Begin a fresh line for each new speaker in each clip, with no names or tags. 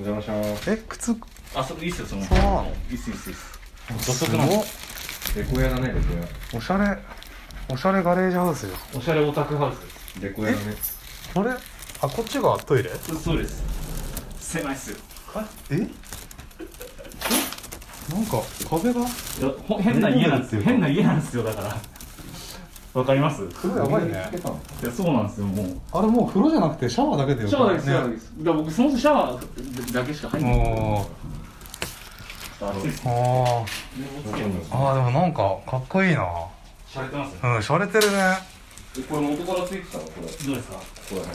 お邪魔します
え靴
あそこいいっすよその
そうなの
いいっすいいっすいいっす
土
す
足
ご
の
レコヤだねレコヤ
おしゃれおしゃれガレージハウスじ
おしゃれオタクハウスです
レコヤだね
ゃんあれあこっちがトイレ
そうそうです狭いっすよ
ええなんか壁が
いやほ変な家なんですよ変な家なんですよだからわかります
すごいやばいね
いやそうなんですよもう
あれもう風呂じゃなくてシャワーだけでよ
シャワーですシャワー
ね
ですだから僕そもそもシャワーだけしか入んない
あ
ちょっと暑いっす
ーあー
あ
あーでもなんかかっこいいな
しゃれてます
うん洒落てるね
えこれ元からついてたのこれこ
どうですか
こら辺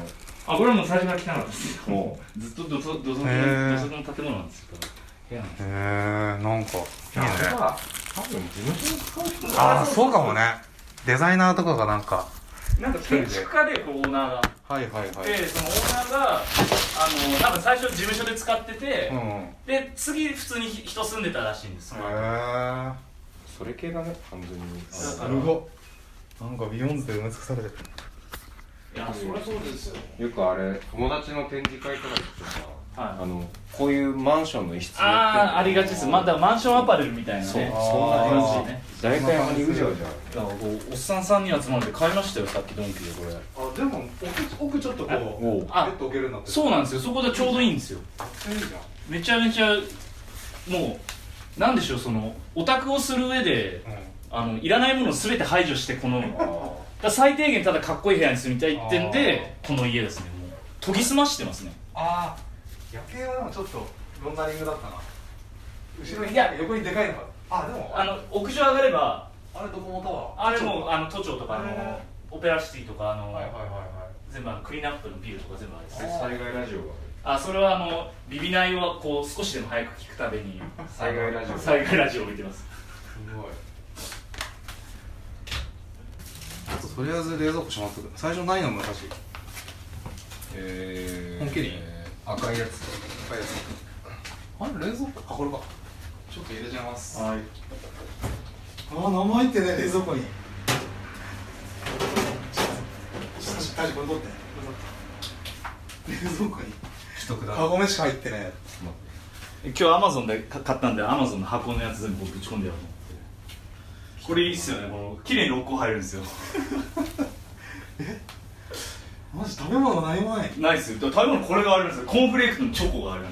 あこれはもう最初から来たかったです
も
ずっと土足土足の
へー
土足の建物なんですよ部屋なんです
へえー、なんかいいね
うは多分事務所に使う人だ
ああそうかもねデザイナーとかがなんか
なんか建築家でこうオーナーが
はいはいは
でそのオーナーがあの多分最初事務所で使ってて、
うんへ
で次普通にひ人住んでたらしいんです
え
その
ー、
それ系だね完全に
だ
す
から
ごっなんかビヨンズで埋め尽くされてる
いやそりゃそうですよ
よくあれ友達の展示会とか行くとさ
はい
あのこういうマンションの一室
ああありがちですまだマンションアパレルみたいなね
そうそん
あ
な
り
感
がち
じ
ですね
大体あんまりうじゃうじゃん
だからこうおっさんさんに集まって買いましたよさっきドンキでこれ
あでも奥奥ちょっとこう
おう
あ
ッド置けるようになっ
そうなんですよそこでちょうどいいんですよ
めっちゃいいじゃん
めちゃめちゃもうなんでしょうそのオタクをする上であのいらないものを全て排除してこのだから最低限ただかっこいい部屋に住みたいってんでこの家ですねもう研ぎ澄ましてますね
ああ夜景はでもちょっとロンダリングだったな後ろにいや横にでかいのがあでも
あの屋上上がれば
あれドコモタワー
あれもうあの都庁とかあ
へ
の
ー
オペラシティとかあの、
はいはいはいはい
全部あのクリーンアップのビルとか全部あれです
災害ラジオが
あそれはあのビビナイをこう少しでも早く聞くために
災害ラジオ
災害ラジオを見てます
すごいあととりあえず冷蔵庫しまっとく最初ないの昔
えー
本麒麟
えー赤いやつ
はいあれ冷蔵庫あこれかちょっと入れちゃいます
はい
あ名前入ってね冷蔵庫に大将大将これ取って冷蔵庫に
一くだ
カゴ飯入ってね
今日アマゾンで買ったんでアマゾンの箱のやつ全部ぶち込んでやろうと思ってこれいいっすよねこの綺麗に6個入るんですよ
マジ食べ物何もない
ないっすよだから食べ物これがあるんですよコーンフレークのチョコがあるの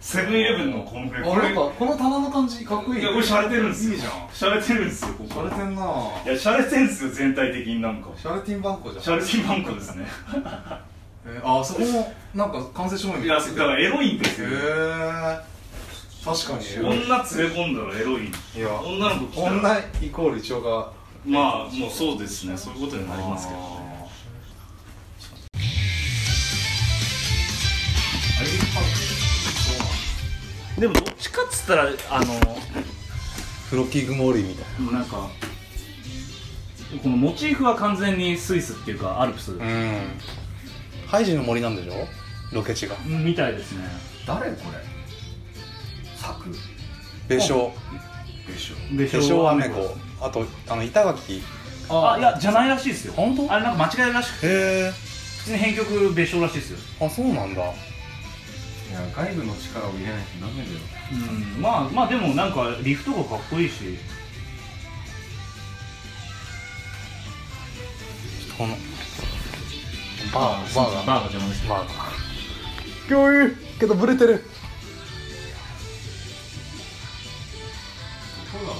セブンイレブンのコーンフレーク
あなんかこの棚の感じかっこいい
いやこれ洒落てるんですよ
いいじゃん
洒落てるんですよここ
洒落てんなぁ
いや洒落てるんですよ全体的になんか
シャルティンバンコじゃん
シャルティバンコですね
えーあそこもなんか完成証明
いやだからエロいんです
へ
よ、
え確かに
女連れ込んだらエロい
いや
女の子来たら
女イコール一応が
まあもうそうですねそういうことになりますけどね
あれそうなん
でもどっちかっつったらあの
フロキグモーリーみたい
なんかこのモチーフは完全にスイスっていうかアルプス
なうんハイジの森なんでしょロケ地が
みたいですね
誰これ作
別所
でしょ
で
別所は猫あとあの板垣
あいやじゃないらしいですよ
本当
あれなんか間違いらしく
へえ
普通に編曲別称らしいですよ
あそうなんだ
いや外部の力を入れないとダメだよ
うんまあまあでもなんかリフとかかっこいいし
このバーバーが
バーが邪魔です
バーが今日けどブレてる
そうだろ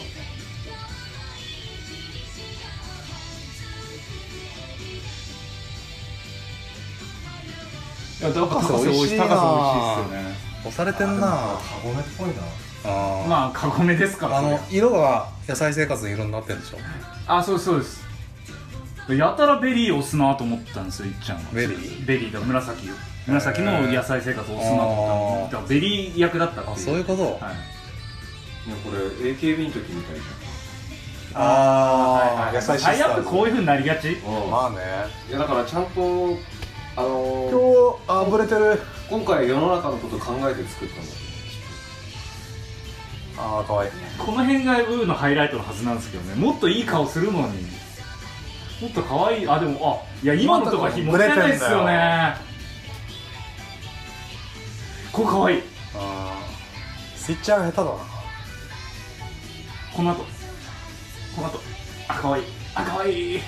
いやだ
高瀬美味しいな
ね
押されてんな
カゴメっぽいな
あー
まあカゴメですから
あ
それ
の色が野菜生活の色になってるんでしょ
あそうですそうですやたらベリーを押すなと思ったんですよいっちゃんは
ベリー
ベリーが紫を紫の野菜生活を押すなと思ったんですだからベリー役だったっていう
あそういうこと、
はい
いやこれ AKB の時みたいじ
あー
はいはい
野菜シスターズ
あやっぱこういうふうになりがち
ゃん
まあね
いやだからちゃんとあのー、
日あぶれてる
今回世の中のこと考えて作ったんだ
ああかわいい
この辺がウーのハイライトのはずなんですけどねもっといい顔するのにもっと可愛いあでもあいや今のとかひもったいないっすよねこれ可愛いあ
スイッチャーが下手だな
ーこの後この後あ可愛いあ可愛い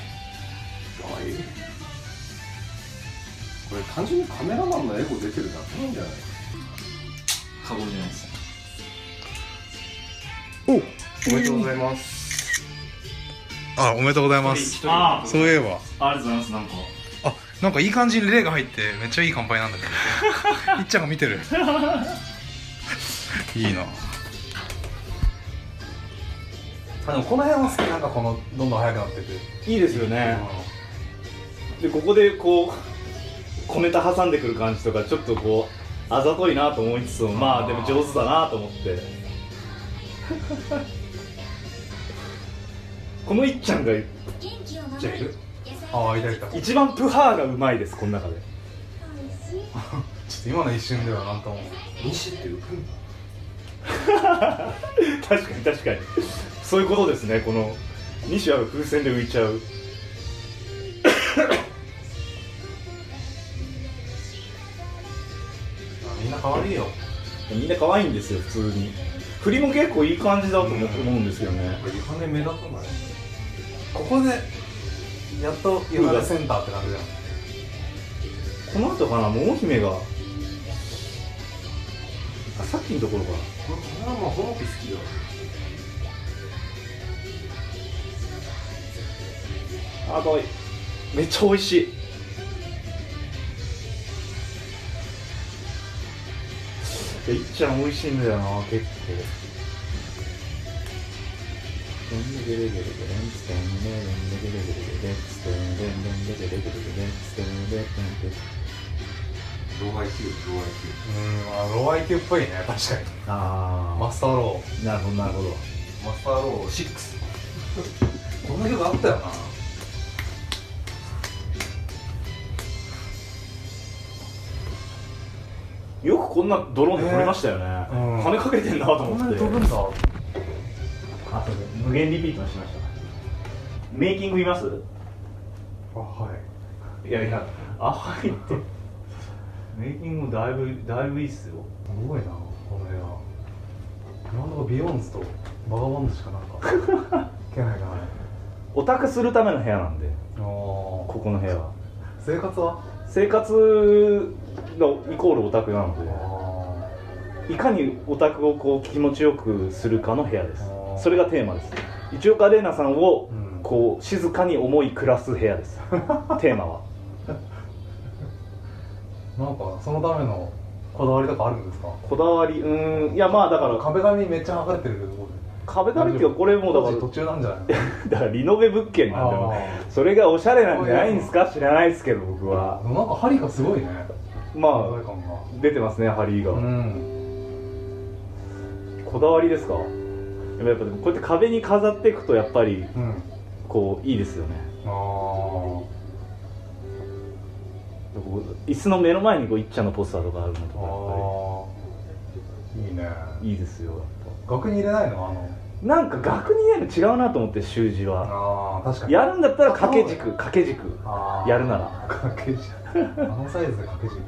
可愛い
これ単純にカメラマンのエゴ出てるだけなんじゃない
カゴじゃないです
お
おめでとうございます
あおめでとうございま
一人一
す
人あ
そういえば
ありがとうございますなんか
あなんかいい感じに霊が入ってめっちゃいい乾杯なんだけどいっちゃんが見て るいいなあでもこの辺は好きなんかこのどんどん速くなってて
いいですよねでここでこう小ネタ挟んでくる感じとかちょっとこうあざといなと思いつつもまあでも上手だなと思って このいっちゃんが
元気
じ
を
ゃあ
守
いる
る野菜
ああいたいたちょっ
一番プハーがうまいですこの中で
美味し
と
い
今の一瞬ではなんとも
西って浮くんだ
確かに確かにそういうことですねこの西は風船で浮いちゃう
あみんな可愛いよ
みんな可愛いんですよ普通に振りも結構いい感じだと思う
うん
思うんですよね
これリハネ目立たない
ここでやっと湯だれセンターってなるじゃん
この後かな桃姫があさっきのところかな
これカメラマン本気好きだ
あ可愛いめっちゃ美味しいでいっちゃん美味しいんだよな結構
ロー IQ ロー IQ
うんあロー IQ っぽいね確かに
あ
マスターロ
あなるほどなるほど
ーマスターロー6この曲あったよな
よくこんなドローンで撮れましたよね、
うん
金かけてんなと
こん
思
な
っ
に
て
飛ぶんだ
あそうです無限リピートしましたメイキング見ます
あはい
いやいやあはいってメイキングもだいぶだいぶいいっすよ
すごいなこの映画今のところビヨンズとバガボンズしかなんかいけないかな
オタクするための部屋なんで
お
ここの部屋は
生活は
生活のイコールオタクなの
あ
でいかにオタクをこう気持ちよくするかの部屋です
あー
それがテーマです一岡玲奈さんを
うん
こう静かに思い暮らす部屋です テーマは
なんかそのためのこだわりとかあるんですか
こだわりうーんいやまあだから
壁紙めっちゃ剥がれてるけどこ
壁
れ
だらけどこれもうだ
工事
か
途中なんじゃないの
らだからリノベ物件なんでも
あ
それがおしゃれなんじゃないんですか知らないですけど僕
ー
は
でもなんか針がすごいね
ま
存在感が
あ出てますねハリーが、
うん
こだわりですかでもやっぱでもこうやって壁に飾っていくとやっぱり
うん
こういいですよね
ああ
こう椅子の目の前にこういっちゃんのポスターとかあるのとかやっ
いいね
ぱりいいですよやっ
額に入れないのあの
ぱなんか額にね違うなと思って習字は
ああ確かに
やるんだったら掛け軸掛け軸
あー
やるなら
掛け軸あのサイズで掛け軸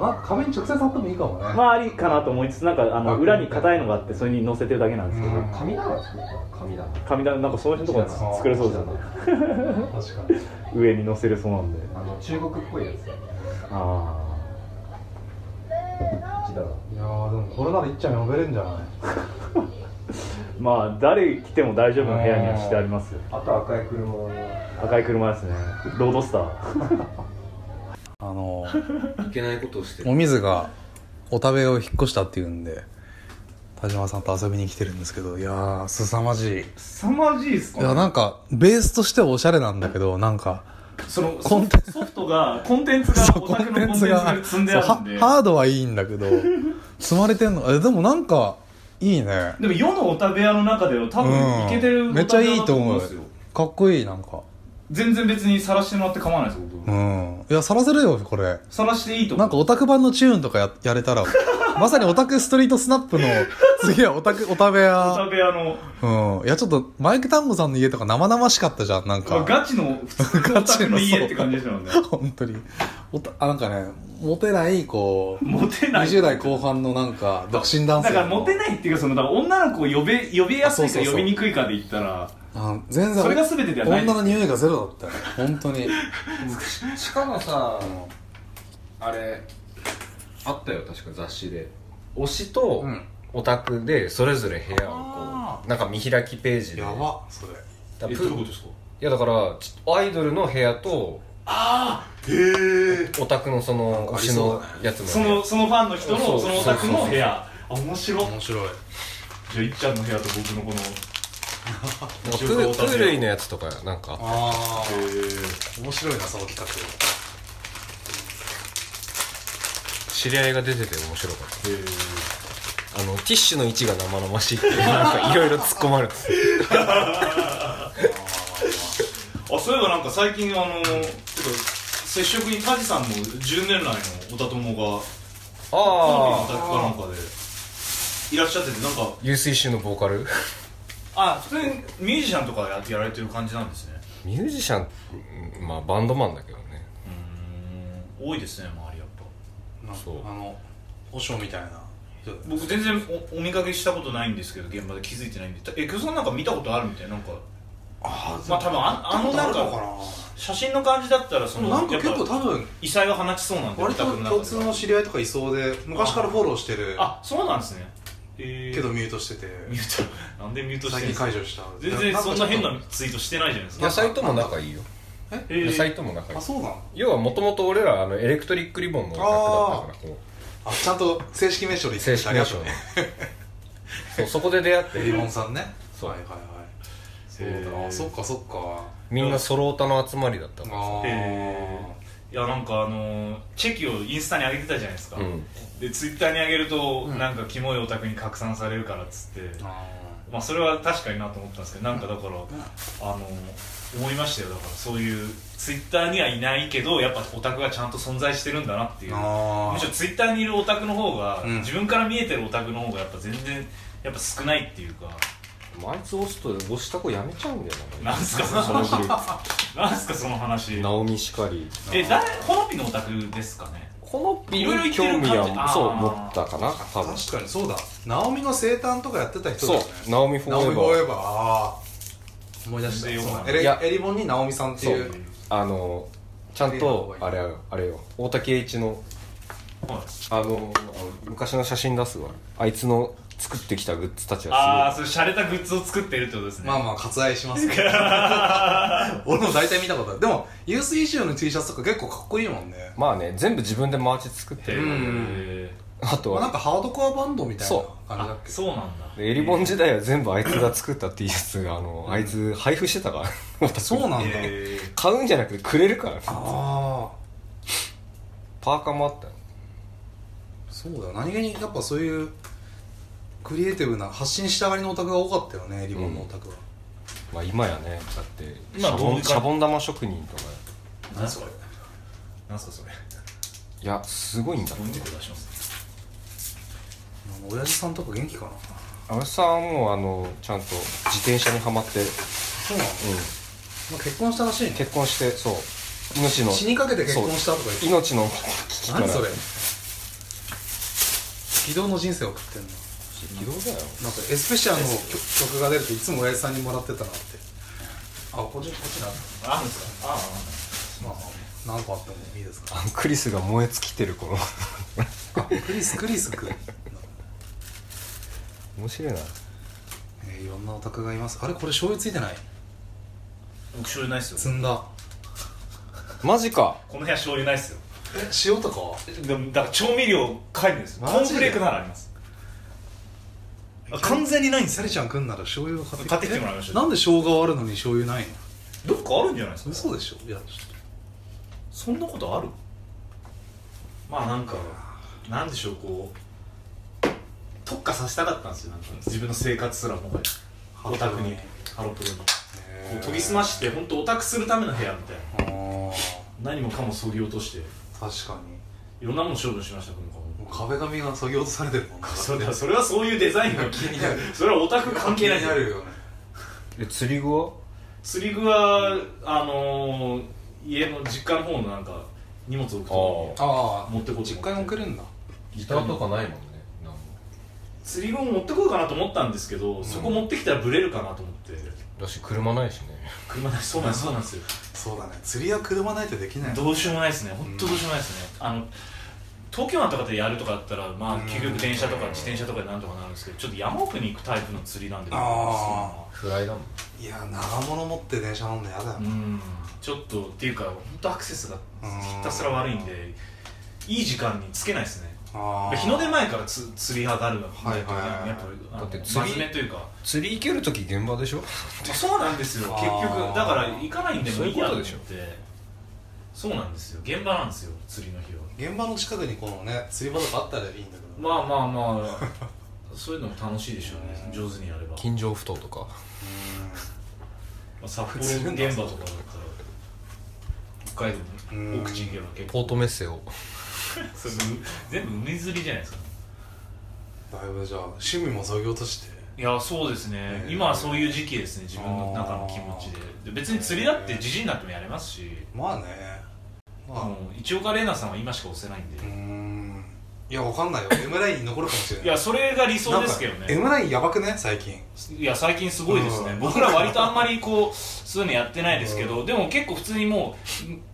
なんか壁に直接貼ってもいいかもね、
まあありかなと思いつつなんかあの
あ
裏に硬いのがあってそれに載せてるだけなんですけ
う
ど
ん
紙なら作った紙だな
紙だなんかその辺のところ作れそうですよね
確かに
上に載せるそうなんで
あの中国っぽいやつ
あ
一だろ
いやーでもこれならいっちゃん呼べるんじゃない
あまあ誰来ても大丈夫な部屋にはしてありますよ
あと赤い車を
赤い車ですねロードスター
あの
いけないことをして
お水がお食べを引っ越したっていうんで田島さんと遊びに来てるんですけどいやー凄まじいい
凄まじいっす
やなんかベースとしてはおしゃれなんだけどなん か
その
コンテ
ソフトがコンテンツ
そ
が
う
オ
コ
タク
ン
の
テン
コンテン
ツ
ツ
が
が積んで
そう
あ
は
るんで
ハードはいいんだけど積まれてんのえでもなんかいいね
でも世のオタ部屋の中では多
うん
分いけてる
め
オ
っちゃ
タ部
い
屋
い
だ
と
と思
思
うん
う
ですよ
かっこいいなんか
全然別にさらしてもらって構わないですよ僕
うんいやさらせるよこれ
さらしていいと
な
思
ん
う
かオタク版のチューンとかややれたらまさにオタクストリートスナップの
次はオタク、オタ部
タ
屋。
部屋の
うん。いや、ちょっと、マイク単語さんの家とか生々しかったじゃん、なんか。
ガチの普通のオタクの家って感じでしたもんね
本当に。おた、あ、なんかね、モテない、こう、
モテない
20代後半のなんか、独身男性
だ
の。
からモテないっていうかそのだから女の子を呼べ呼びやす
あ
い
そうそ
か
うそう
呼びにくいかで言ったら
あ全然
それが全てではない
女の匂いがゼロだったよ本当 に
しかもさあれあったよ確か雑誌で推しと
うん
オタクでそれぞれ部屋を
あ
こうなんか見開きページで
やばそれ
だから
え
プ
ことですか
いやだからちアイドルの部屋と
へえ
オタクのその推しのやつも
そのそのファンの人の
そう
そのオタクの部屋あ面白い
面白い
じゃあいっちゃんの部屋と僕のこの
なんかプープールイのやつとかなんか
ああ面白いなその企画
知り合いが出てて面白かったあのティッシュの位置が生々しいっていうなんかいろいろ突っ込まれて
あそういえばなんか最近あのてか接触にタジさんも10年来のおたともがコンビ
ああ
のオタクかなんかでいらっしゃっててなんか
優水臭のボーカル
あ普通にミュージシャンとかややられてる感じなんですね
ミュージシャンうんまあバンドマンだけどね
うーん多いですね周りやっぱ
なんか
そう
あの和尚みたいな人だよね
僕全然おお見かけしたことないんですけど現場で気づいてないんでたえっさんなんか見たことあるみたいななんか
あー
まあ多分ああのなん
どう
か写真の感じだったらその
なんか結構
やっ
多
ぱ
分
異彩が放ちそうなんで
割と
オタクの中
共
で
通の知り合いとかいそうで昔からフォローしてる
あそうなんですねえー
けどミュートしてて
ミュートなんでミュートして
最
るんで
近
すか
解除した
全然そんな変な
かちょっ
ツイートしてないじゃないですか
野菜とも仲いいよ
え
野
ー
菜とも仲い
と
い
あそうなの
要はもともと俺らあのエレクトリックリボンのオタクだったからこ
あちゃんと正式名称で
う
言
正式
あり
名
がと
称
う
の
ね
そうそこで出会っ
リボ
て
ンさんね
そう
はいはいはいそう
へ
だ
ー
あそっかそっか
みんなソロオタの集まりだったから
あ
へ
ー
いやなんかあのーチェキをインスタに上げてたじゃないですか、
うん
でツイッターに上げると、
うん
なんかキモいオタクに拡散されるからっつって
あ
まあそれは確かになと思ったんですけどなんかだから、あのー思いましたよだからそういうツイッターにはいないけどやっぱオタクがちゃんと存在してるんだなっていう
ーあ
むしろツイッターにいるオタクの方が、
うん
自分から見えてるオタクの方がやっぱ全然やっぱ少ないっていうか
もうあいつ押すと押した子やめちゃうんだよ
なんすかその
そのグ
話
ルー
なんすかその話
プナオミしかり
え誰好みのオタクですかね
この
いろいろ言って
興
る感じ
味
あ
は
ー
そう持ったかな多分
確かにそうだナオミの生誕とかやってた人だ
そ
よね
うナオミフ
ナ
ォ
オミフォ
ー
ー
エ
エバーあー思い出
全
した
然よく
そ
わ
う
か
だ
ん
エ
ない
レエリボンにナオミさんってい
そううバーあのちゃんとあれよあれよ大竹栄一の
はい
あの昔の写真出すわあいつの作ってきたグッズたち
あ
は
あそれ洒落たグッズを作ってるってことですね
まあまあ割愛しますけど俺も大体見たことあるでもユースイシューの T シャツとか結構かっこいいもんね
すごいまあね全部自分でマーチ作って
へ
る
え
あと
まあなん
は
かハードコアバンドみたいな
そ
感じだっ
あ
け
そうなんだ
エリボン時代は全部あいつが作った T シャツあのあいつ配布してたから
そうなんだ、
へー
買うんじゃなくてくれるから
ああ
パーカーもあったよ
そうだよ何気にやっぱそういうクリエイティブな発信したがりのオタクが多かったよねリボンのオタクは、
まあ今やねだってシ
今
ャボ
どうい
ン
う
シャボン玉職人とか
何すか何すかそれ
いやすごいんだって
ゴミ袋出します
あの親父さんとか元気かな
安倍さんはもうあのちゃんと自転車にはまって、うん、
そうなの、まあ、結婚したらしいね
結婚してそう命の
死にかけて結婚したとか言って
命の危機から
何それ軌道の人生を送ってんの
移動だよ
なんかエスペシャルの曲曲が出るといつも親父さんにもらってたなってあこっちこっちだ
あるんですかあ
まあなんかあってもいいですか
あのクリスが燃え尽きてる頃
クリスクリスくん
面白いな
えーいろんなオタクがいますあれこれ醤油ついてない
僕醤油ないっすよ
積んだ
マジか
この部屋醤油ないっすよ
え塩とかは
でもだから調味料書いてるんですよ
マ
コ
ジ
ー
で
ンフレークならありますあ完全にないんです
サ
よ
リちゃん来んなら醤油を買って
買ってきてもらいましょう
えなんで生姜はあるのに醤油ないの
どっかあるんじゃないですか
嘘でしょいやちょっ
そんなことあるまあなんかなんでしょうこう特化させたかったんですよなんか自分の生活すらもが
ハロ
オ
プロ
タ
に
クにハロプロに
と
こう研ぎ澄まして本当オタクするための部屋みたい
あー
な何もかも削ぎ落として
確かに
いろんなもの処分しました今回
もう壁紙が削ぎ落とされてるもんな
それはそれはそういうデザインが気になるそれはオタク関係ない
気になるよね
え釣り具は
釣り具はあのー家の実家の方のなんか荷物置くとこ
ああ
持ってこうと思って
実家に置けるんだ
ギターとかないもんねなんも
に釣り具も持ってこようかなと思ったんですけど、そこ持ってきたらブレるかなと思って
だし車ないしね
車ないそうなんですそうなんですよ
そうだね釣りは車ないとできない
どうしようもないですね本当どうしようもないですね、あの東京湾とかでやるとかだったらまあ結局電車とか自転車とかでなんとかなるんですけどちょっと山奥に行くタイプの釣りなんで
あー
フライだもん
いや長物持って電車乗んのやだよ、
うんちょっとっていうか本当アクセスがひたすら悪いんでいい時間につけないですね
ああ
日の出前からつ釣り上がるの
はいはいはい
やっぱあ
だ
の
って
真
釣り
面目というか、ま
釣り行ける時現場でしょ
あそうなんですよ
あー
結局だから行かないんでもいいやと思って
そういうこ
そうなんですよ現場なんですよ釣りの日は
現場の近くにこのね釣り場とかあったらいいんだけど
まあまあまあ そういうのも楽しいでしょうね上手にやれば、ま
近所不頭とか
あ、札幌の現場とかだったら北海道
う
の
ん
奥地行けば結構
ポートメッセを
それ全部海釣りじゃないですか
うんだいぶじゃあ趣味も削ぎ落として
いやそうですね、
えー
今はそういう時期ですね自分の中の気持ちでで別に釣りだってじじになってもやれますし、
まあねまあ
もう一岡玲奈さんは今しか押せないんで、
うーんいやわかんないよ M ラインに残るかもしれない
いやそれが理想ですけど
なんか
ね
M ラインやばくね最近
いや最近すごいですね、
うん
僕ら割とあんまりこうそういうのやってないですけど、でも結構普通にも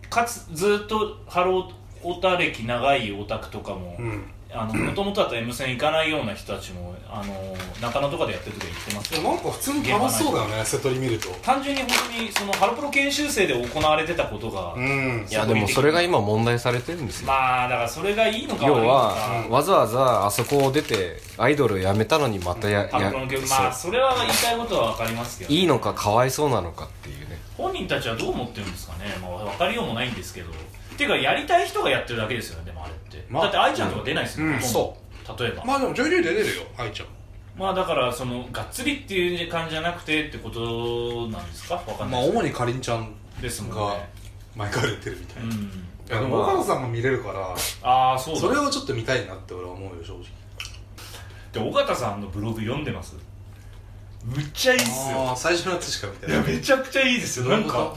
うかつずっとハローオタ歴長いオタクとかも、
うん
あの元々だったら M 戦行かないような人たちもあの中野とかでやってる時は行ってます
で
け
も
ど
なんか普通に楽しそうだよね瀬戸り見ると
単純に本当にそのハロプロ研修生で行われてたことが、
うん
いやでもそれが今問題されてるんですよ、
まあだからそれがいいのか
要
悪いの
は
か、
わざわざあそこを出てアイドルを辞めたのにまたや,、
ハロ
や
プロの曲
そう
まあそれは言いたいことは分かりますけど、
いいのかかわいそうなのかっていうね
本人たちはどう思ってるんですかね、まあ、分かりようもないんですけどっていうかやりたい人がやってるだけですよねでもあれって、
まあ
だって愛ちゃんとか出ないですよね、
うん
ほとんど例えばま
まあでも女優出れるよ愛ちゃん
あだからそのがっつりっていう感じじゃなくてってことなんですか分かん
ま
な
あ
いです,、
主にかりんちゃん
ですもん
が
ね
毎回出てるみた
う
いな、い
ん
やでも岡野さんが見れるから
ああそうだ
それをちょっと見たいなって俺は思うよ正直
で尾形さんのブログ読んでますむっちゃいいっすよ
あー最初のやつしか見て
い
ない
やめちゃくちゃいいですよなんか
う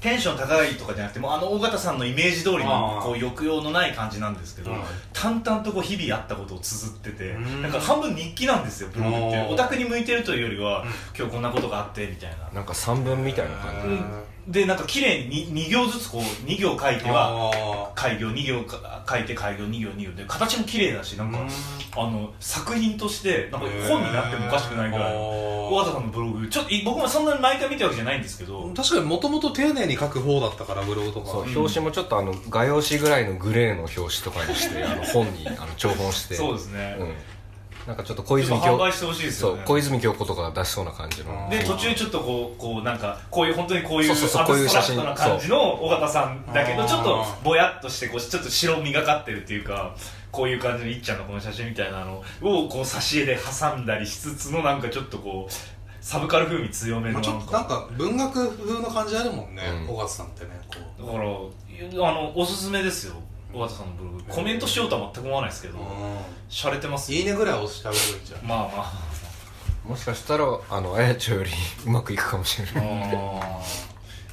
テンション高いとかじゃなくてもうあの尾形さんのイメージ通りの
あー
こう抑揚のない感じなんですけど
うん
淡々とこう日々あったことを綴ってて
うん
なんか半分日記なんですよブログっ
あ
て
ー
オタクに向いてるというよりは今日こんなことがあってみたいな
なんか散文みたいな感
ん
でなんか綺麗に 2, 行ずつこう2行書いては
あ
開業2行か書いて開業2行2行で形も綺麗だしなんか
うん
あの作品としてなんか本になってもおかしくないぐらい
へー
の尾形さんのブログちょっとい僕もそんなに毎回見てるわけじゃないんですけど
ー確かにもともと丁寧に書く方だったからブログとか
じそう表紙もちょっとあの画用紙ぐらいのグレーの表紙とかにしてあの本にあの重宝して
そうですね、
うん、なんかちょっと小
ちょ
泉
っと販
京
売してほしいです
そ
よ
う
ね
小泉京子とかが出しそうな感じの
うん
で途中ちょっとこうこうなんかこういう本当にこういう
そうそうそうこういう写真
アブストラクトな感じの尾形さんだけ
う
ど
ん
ちょっとぼやっとしてこうちょっと白みがかってるっていうかこういう感じのいっちゃんのこの写真みたいなのをこう挿絵で挟んだりしつつのなんかちょっとこうサブカル風味強めの
ま
な
あ
ん
ち
か
ょっとなんか文学風の感じあるもんね
うん
尾形さんってねこう
だからあのおすすめですよ尾形さんのブログコメントしようとは全く思わないですけど洒落てますよ
いいねぐらい押してあげるんじゃん
まあまあ
もしかしたらあの綾ちゃんよりうまくいくかもしれない
あ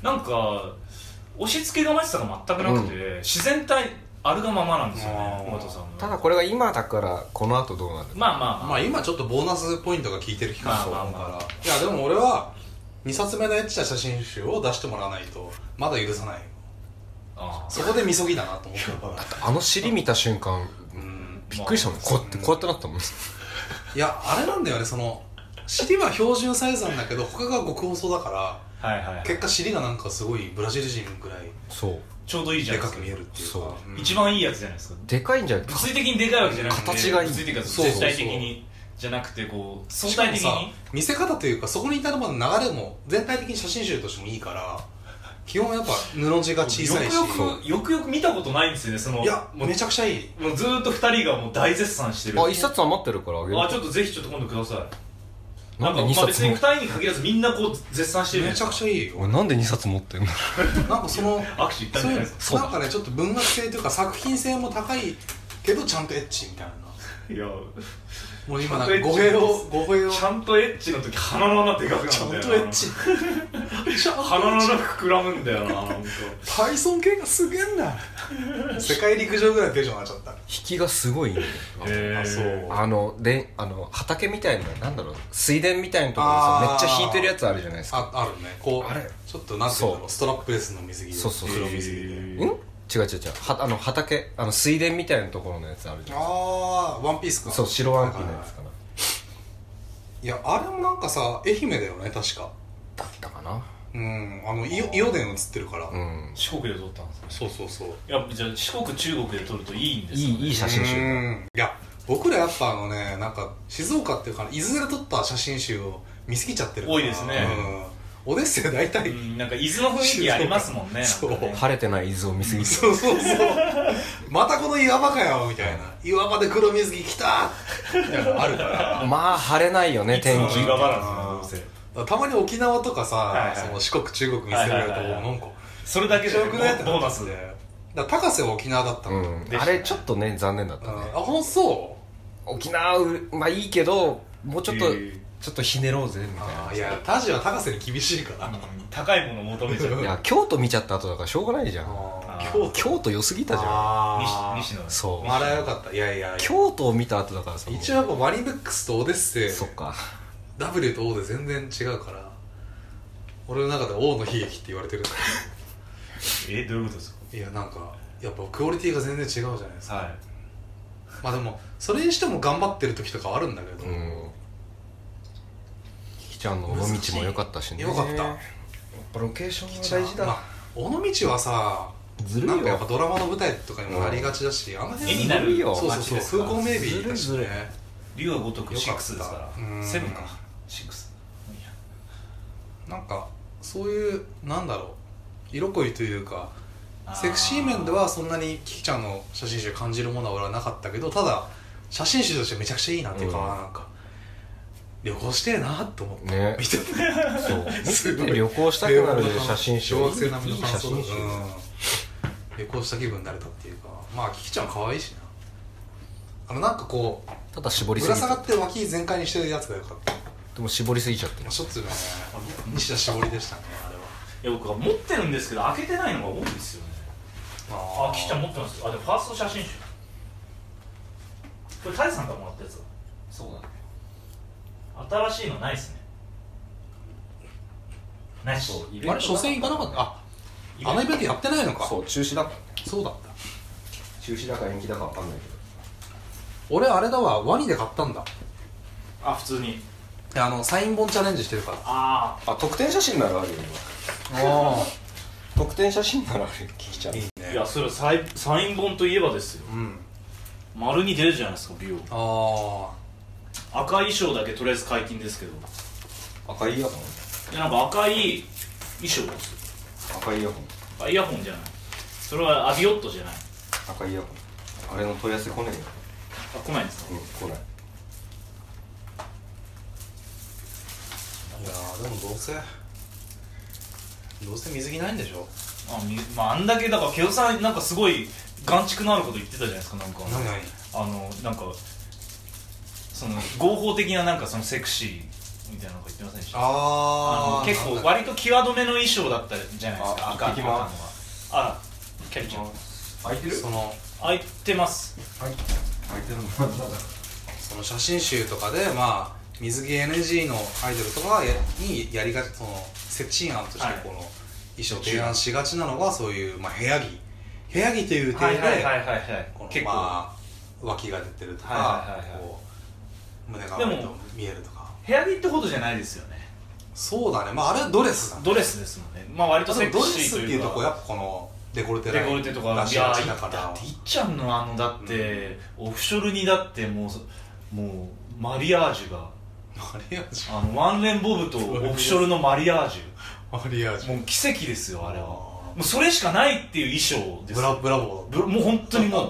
ーなんか押し付けがましさが全くなくて、自然体あるがままなんですよね
あー
尾形さんの
ただこれが今だからこの後どうなる
まあまあ、ま
まあ今ちょっとボーナスポイントが効いてる期間だと思う
まあまあま
からいやでも俺は2冊目のエッチな写真集を出してもらわないとまだ許さないよ
あー
そこでみそぎだなと思ったから
あの尻見た瞬間
うん
びっくりしたもんこうやってこうやってなったもん
いやあれなんだよねその尻は標準サイズなんだけど他が極細だから
はいはい
結果尻がなんかすごいブラジル人ぐらい
そう
ちょうどいいじゃ
で
ない
かく
ですか
見えるっていうか
そう
うん
一番いいやつじゃないですか
でかいんじゃないか
物理的にでかいわけじゃなくて
形がいい
物理的に
そうそう
絶対的にじゃなくてこう相対的
しかも
に
さ見せ方というかそこに至るまでの流れも全体的に写真集としてもいいから基本やっぱ布地が小さいし
よくよくよくよく見たことないんですよねその
いや
もう
めちゃくちゃいい
もうずーっと二人がもう大絶賛してる
あ一冊余ってるからあげる
あちょっとぜひちょっと今度ください
なんで二
まあ別
冊
に
も
二人に限らずみんなこう絶賛してる
めちゃくちゃいいよ
俺なんで2冊持ってんの
なんかその
握手いったん
そ
じ
ういうの
ゃないですか
そうだ
なんかねちょっと文学性というか作品性も高いけどちゃんとエッチみたいない
や
もう今なん
ちゃ
か
んとエッチで
語弊
す
を語弊を
ちゃんとエッチの時鼻の穴でかく
ちゃ
なんるんだよな
とエッチ
鼻の穴膨らむんだ よな本
パイソン系がすげえんだ世界陸上ぐらいテンション上がっちゃった
きがすごいんだよ
当。あそう
あのであの畑みたいななんだろう水田みたいなところにさめ
あー
っちゃ引いてるやつあるじゃないですか
ああるねこう
あれ
ちょっとなんていうんだろ
そうう
ストラップレスの水着
そうそうそう
黒水着
へ
で
うん違う違う違うはあの畑あの水田みたいなところのやつあるじゃないで
ああーワンピース
す
か
かそう白ワンピのやつ
は
かない
はいはいいやあれもなんかさ愛媛だよね確か
だったかな
うんあの伊予伊予伝映ってるから、
うん
四国で撮ったんですか
そうそうそう
やっぱじゃあ四国中国で撮るといいんで
い
すか、ね、
いいい写真集だ
うんいや僕らやっぱあのねなんか静岡っていうか伊豆で撮った写真集を見すぎちゃってるから
多いですね、
うん、オデッセイ大体、
うんなんか伊豆の雰囲気ありますもんね
そう
なんかね
晴れてない伊豆を見すぎて
そうそうそうまたこの岩場かよみたいな岩場で黒水着来たみたいなのあるからだか
まあ晴れないよね天気
いつも岩場なんですねどう
らたまに沖縄とかさ、
いはい
その四国中国見せられると、
はいはいはいはい
なんか
せそれだけじゃなく
強くないって
ボーナスで
だから高瀬は沖縄だった
う
の、
ん
でした
あ
ね
れちょっとね残念だった
あ
ね
あほんそ
沖縄うまあいいけどもうちょっと
へー
ちょっとひねろうぜみ
う
たい
あ
な
ーいやタジは高瀬に厳しいから、あ
高いもの求めちゃう
いや京都見ちゃった後だからしょうがないじゃん
ー
ー
京都
京都良すぎたじゃん
あー
西西野
そう
まだよかったいやいやいや
京都を見た後だからさ
一応やっぱマリンブックスとオデッセイ
そっか
W と O で全然違うから俺の中で O の悲劇って言われてるん だ
えどういうことですか
けどいやなんかやっぱクオリティが全然違うじゃないですか
は
まあでもそれにしても頑張ってる時とかあるんだけど、
うんキキちゃんの尾道も良かったしね
よかった、
ぱロケーション
じゃあまあ尾道はさ
ずるい
な
よ
んかやっぱドラマの舞台とかにもなりがちだし、あの辺
絵になる
よ
そうそうそう風光明媚だし
ずる
ね
いず
い竜は如く
よか
6
った
ですか
うん
らセブンか6
なんかそういうなんだろう色恋というかセクシー面ではそんなにキキちゃんの写真集感じるものは俺はなかったけどただ写真集としてめちゃくちゃいいなっていうか、
うん
なんか旅行してえなと思って、
ね
見てて
そう
すごい
旅行したくなる写真集
小学生並みの
いい
感
写
想だ
真
な
集
うん旅行した気分になれたっていうかまあキキちゃん可愛いしなあのなんかこう
ただ絞
ぶ
りすぎ
ら
て
下がって脇全開にしてるやつがよかった
でも絞りすぎちゃってる
しょっちゅうね西田絞りでしたねあれは
え僕は持ってるんですけど開けてないのが多いんですよねあキッちゃん持ってますあでもファースト写真集これタイさんからもらったやつだそうだね新しいのないっすねないっす
あれ初戦行かなかったああのイベントやってないのかそう
う中止だからね
だった
中止だか延期だか分かんないけど
俺あれだわワニで買ったんだ
あ普通に
であのサイン本チャレンジしてるから
あ
あ特典写真ならあるよ
あ
今特典写真ならあるよキキちゃん
あいやそれはサイサイン本といえばですよ
あうん
丸に出るじゃないですか美容
あ
赤衣装だけとりあえず解禁ですけど
赤いイヤホン
でなんか赤い衣装ですよ
赤いイヤホン
あイヤホンじゃないそれはアビオットじゃない
赤いイヤホンあれの問い合わせ来ねえよ
あ来ないんですか
うん来ない
あいやーでもどうせどうせ水着ないんでしょ
あみまあ、あんだけだからケオさんなんかすごい眼畜のあること言ってたじゃないですかなんか
何々
あのなんかその合法的ななんかそのセクシーみたいなのが言ってませんでした
あ
あの
ー
結構割と際どめの衣装だったじゃないですか
あ
赤
行ってきます
赤のはあキャリーちゃん
開いて
その
開いてます
開いてるのなんだ
その写真集とかでまあ水着 NG のアイドルとかやにやりがちその接近案として
はい
この衣装を提案しがちなのがそういう、まあ、部屋着部屋着という点
はい
で、
はいはいはいはい
この
結構、
まあ脇が出てるとか、
はいはいはいはい
こう胸が
でも
割と見えるとか
部屋着ってほどじゃないですよね
そうだねまああれはドレスだね
ドレスですもんねまあ割とセ
でも
ク
ドレ
シー
ス
と
って
い
いうう
か
とこやっぱこのデコルテ
デ
ライ
コ
ン
ルテとか
出
い
し
や
がちだ
ー
から
だっていっちゃんのあのだって、オフショルにだってもうそもうマリアージュが
マリアージ
あのワンレンボブとオフショルのマリアージ
ュマリアージ
ュ
ュ
もう奇跡ですよあれは
あー
もうそれしかないっていう衣装です
ブラブラボ
ブラもう本当にもう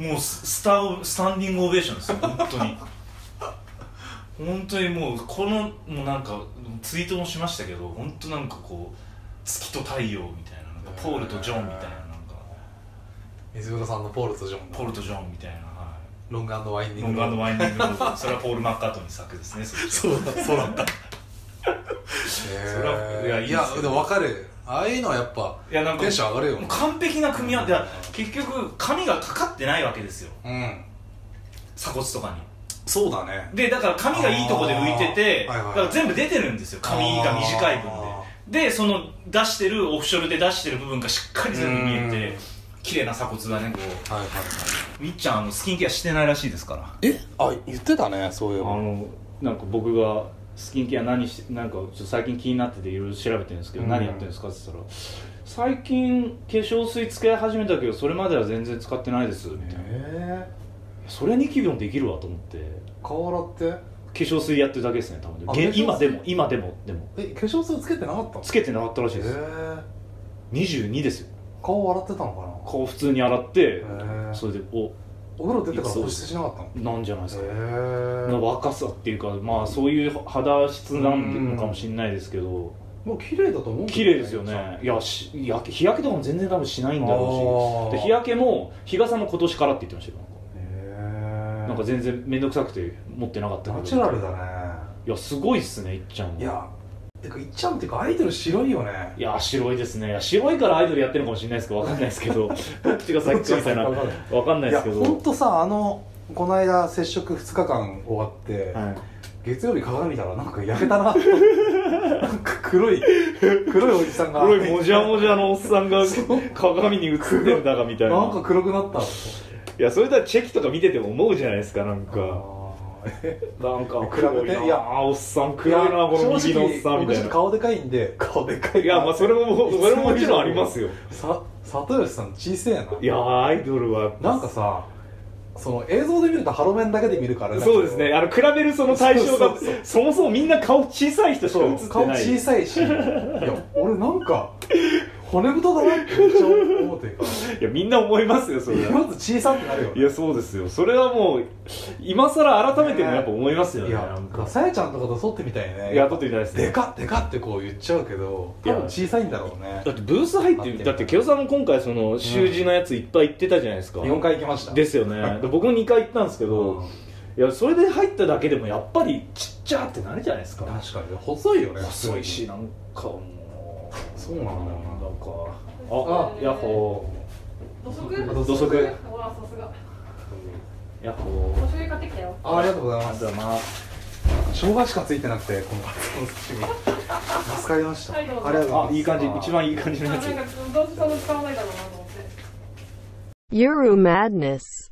もうススターオスタンディングオベーションですよ本当に本当にもうこのもうなんかツイートもしましたけど本当なんかこう月と太陽みたいななんかポールとジョンみたいななんか
ー水村さんのポールとジョン
ポル
の
ト・ジョンみたいな、はい、
ロングワインディ
ロ
ン
ン
グ
グワインディングロードそれはポール・マッカートニー作ですねそ
そ
れ
うだそうだったへ
それはいや
え
いいで
い
すよ
やでも分かるああいうのはやっぱ
いやなんか
テンション上がるよ
もう完璧な組み合わせいや結局髪がかかってないわけですよ
うん
鎖骨とかに
そうだね
でだから髪がいいとこで浮いてて、
あーはいはいはい
だから全部出てるんですよ髪が短い分
あ
ででその出してるオフショルで出してる部分がしっかり全部見えて綺麗な鎖骨だねこ
はいはいは
うみっちゃんあのスキンケアしてないらしいですから
えあ言ってたねそういえ
あ
ば
のなんか僕がスキンケア何してなんかちょっと最近気になってていろいろ調べてるんですけど、
うん
何やってるんですかって言ったら最近化粧水つけ始めたけどそれまでは全然使ってないですみたいな
え
それに気分できるわと思って
顔洗って
化粧水やってるだけですね多分
あ
げ
化粧水
今でも今でもでも
え化粧水つけてなかったの
つけてなかったらしい
へ
です
え
22ですよ
顔洗ってたの
顔普通に洗って
かなへえ
それでお
お風呂出てから保湿しなかったの
なんじゃないですか
へえ
若さっていうかまあそういう肌質なんのかもしれないですけど
もう綺麗だと思うけど
綺麗ですよねいやし日焼け日焼けとかも全然多分しないんだろう
あー
しで日焼けも日傘も今年からって言ってましたよなんか
へえ
なんか全然面倒くさくて持ってなかったけど
ナチュラルだね
いやすごいっすねいっちゃんはい
やてかいっちゃんっていうかアイドル白いよね
いや白いですねいや白いからアイドルやってるのかもしれないですけどわかんないです けどどっちが先かみたいな
どっちが先かわかん
わかんな
い
いで
や
すけど
本当さあのこの間接触2日間終わって、
はい
月曜日鏡見たらなんか焼けたな なんか黒い黒いおじさんが
黒いもじゃもじゃのおっさんが鏡に映ってんだかみたいな
なんか黒くなった
いやそれだチェキとか見てても思うじゃないですかなん
あ
か
ーえ
なんか
比べて
い
いや
やあーおっさん黒いなこの右のおっさんみた
正直僕ちょ
い
っと
な
顔でかいんで顔でかい
いやまあそれも
いつも以上
それももちろんありますよ
さ里吉さん小せえない
やーアイドルは
なんかさその映像で見るとハロメンだけで見るからあれだけど
そうですねあの比べるその対象が
そうそう
そもそもみんな顔小さい人しか
そ
映っ
う顔
てな
小
い
さいしいや俺なんか骨太だなってめっちゃ思うというか
いやみんな思いますよ それは
まず小さってなるよね
いやそうですよそれはもう今更改めてもやっぱ思いますよ
い
ね
や
なん
なんか
か
さやちゃんとかと撮ってみたいね
いや撮ってみたいですね
でかっでかってこう言っちゃうけど
いや
多分小さいんだろうね
だってブース入っ
会ってみ
て
たい
だってケオさんも今回その習字のやついっぱい行ってたじゃないですか
4回行きました
ですよねで僕も2回行ったんですけど、
うん
いやそれで入っただけでもやっぱりちっちゃってなるじゃないですか
確かに細いよね
細いしなんかもう
そうなんだよな
なんかあヤッホ
土足
土
足
ほらさすが
ーヤッホ
土
ー
足買ってきたよ
あありがとうございま
あ
す
とはまあ
生姜しかついてなくてこのカツオの寿司 に助かりましたあ
はい
り
ど
が
う
とうござ
ぞ
います
あいい感じ一番いい感じ
あ
の
な
や
ん
つ
かどうせその使わないだろうなと思って
Euro Madness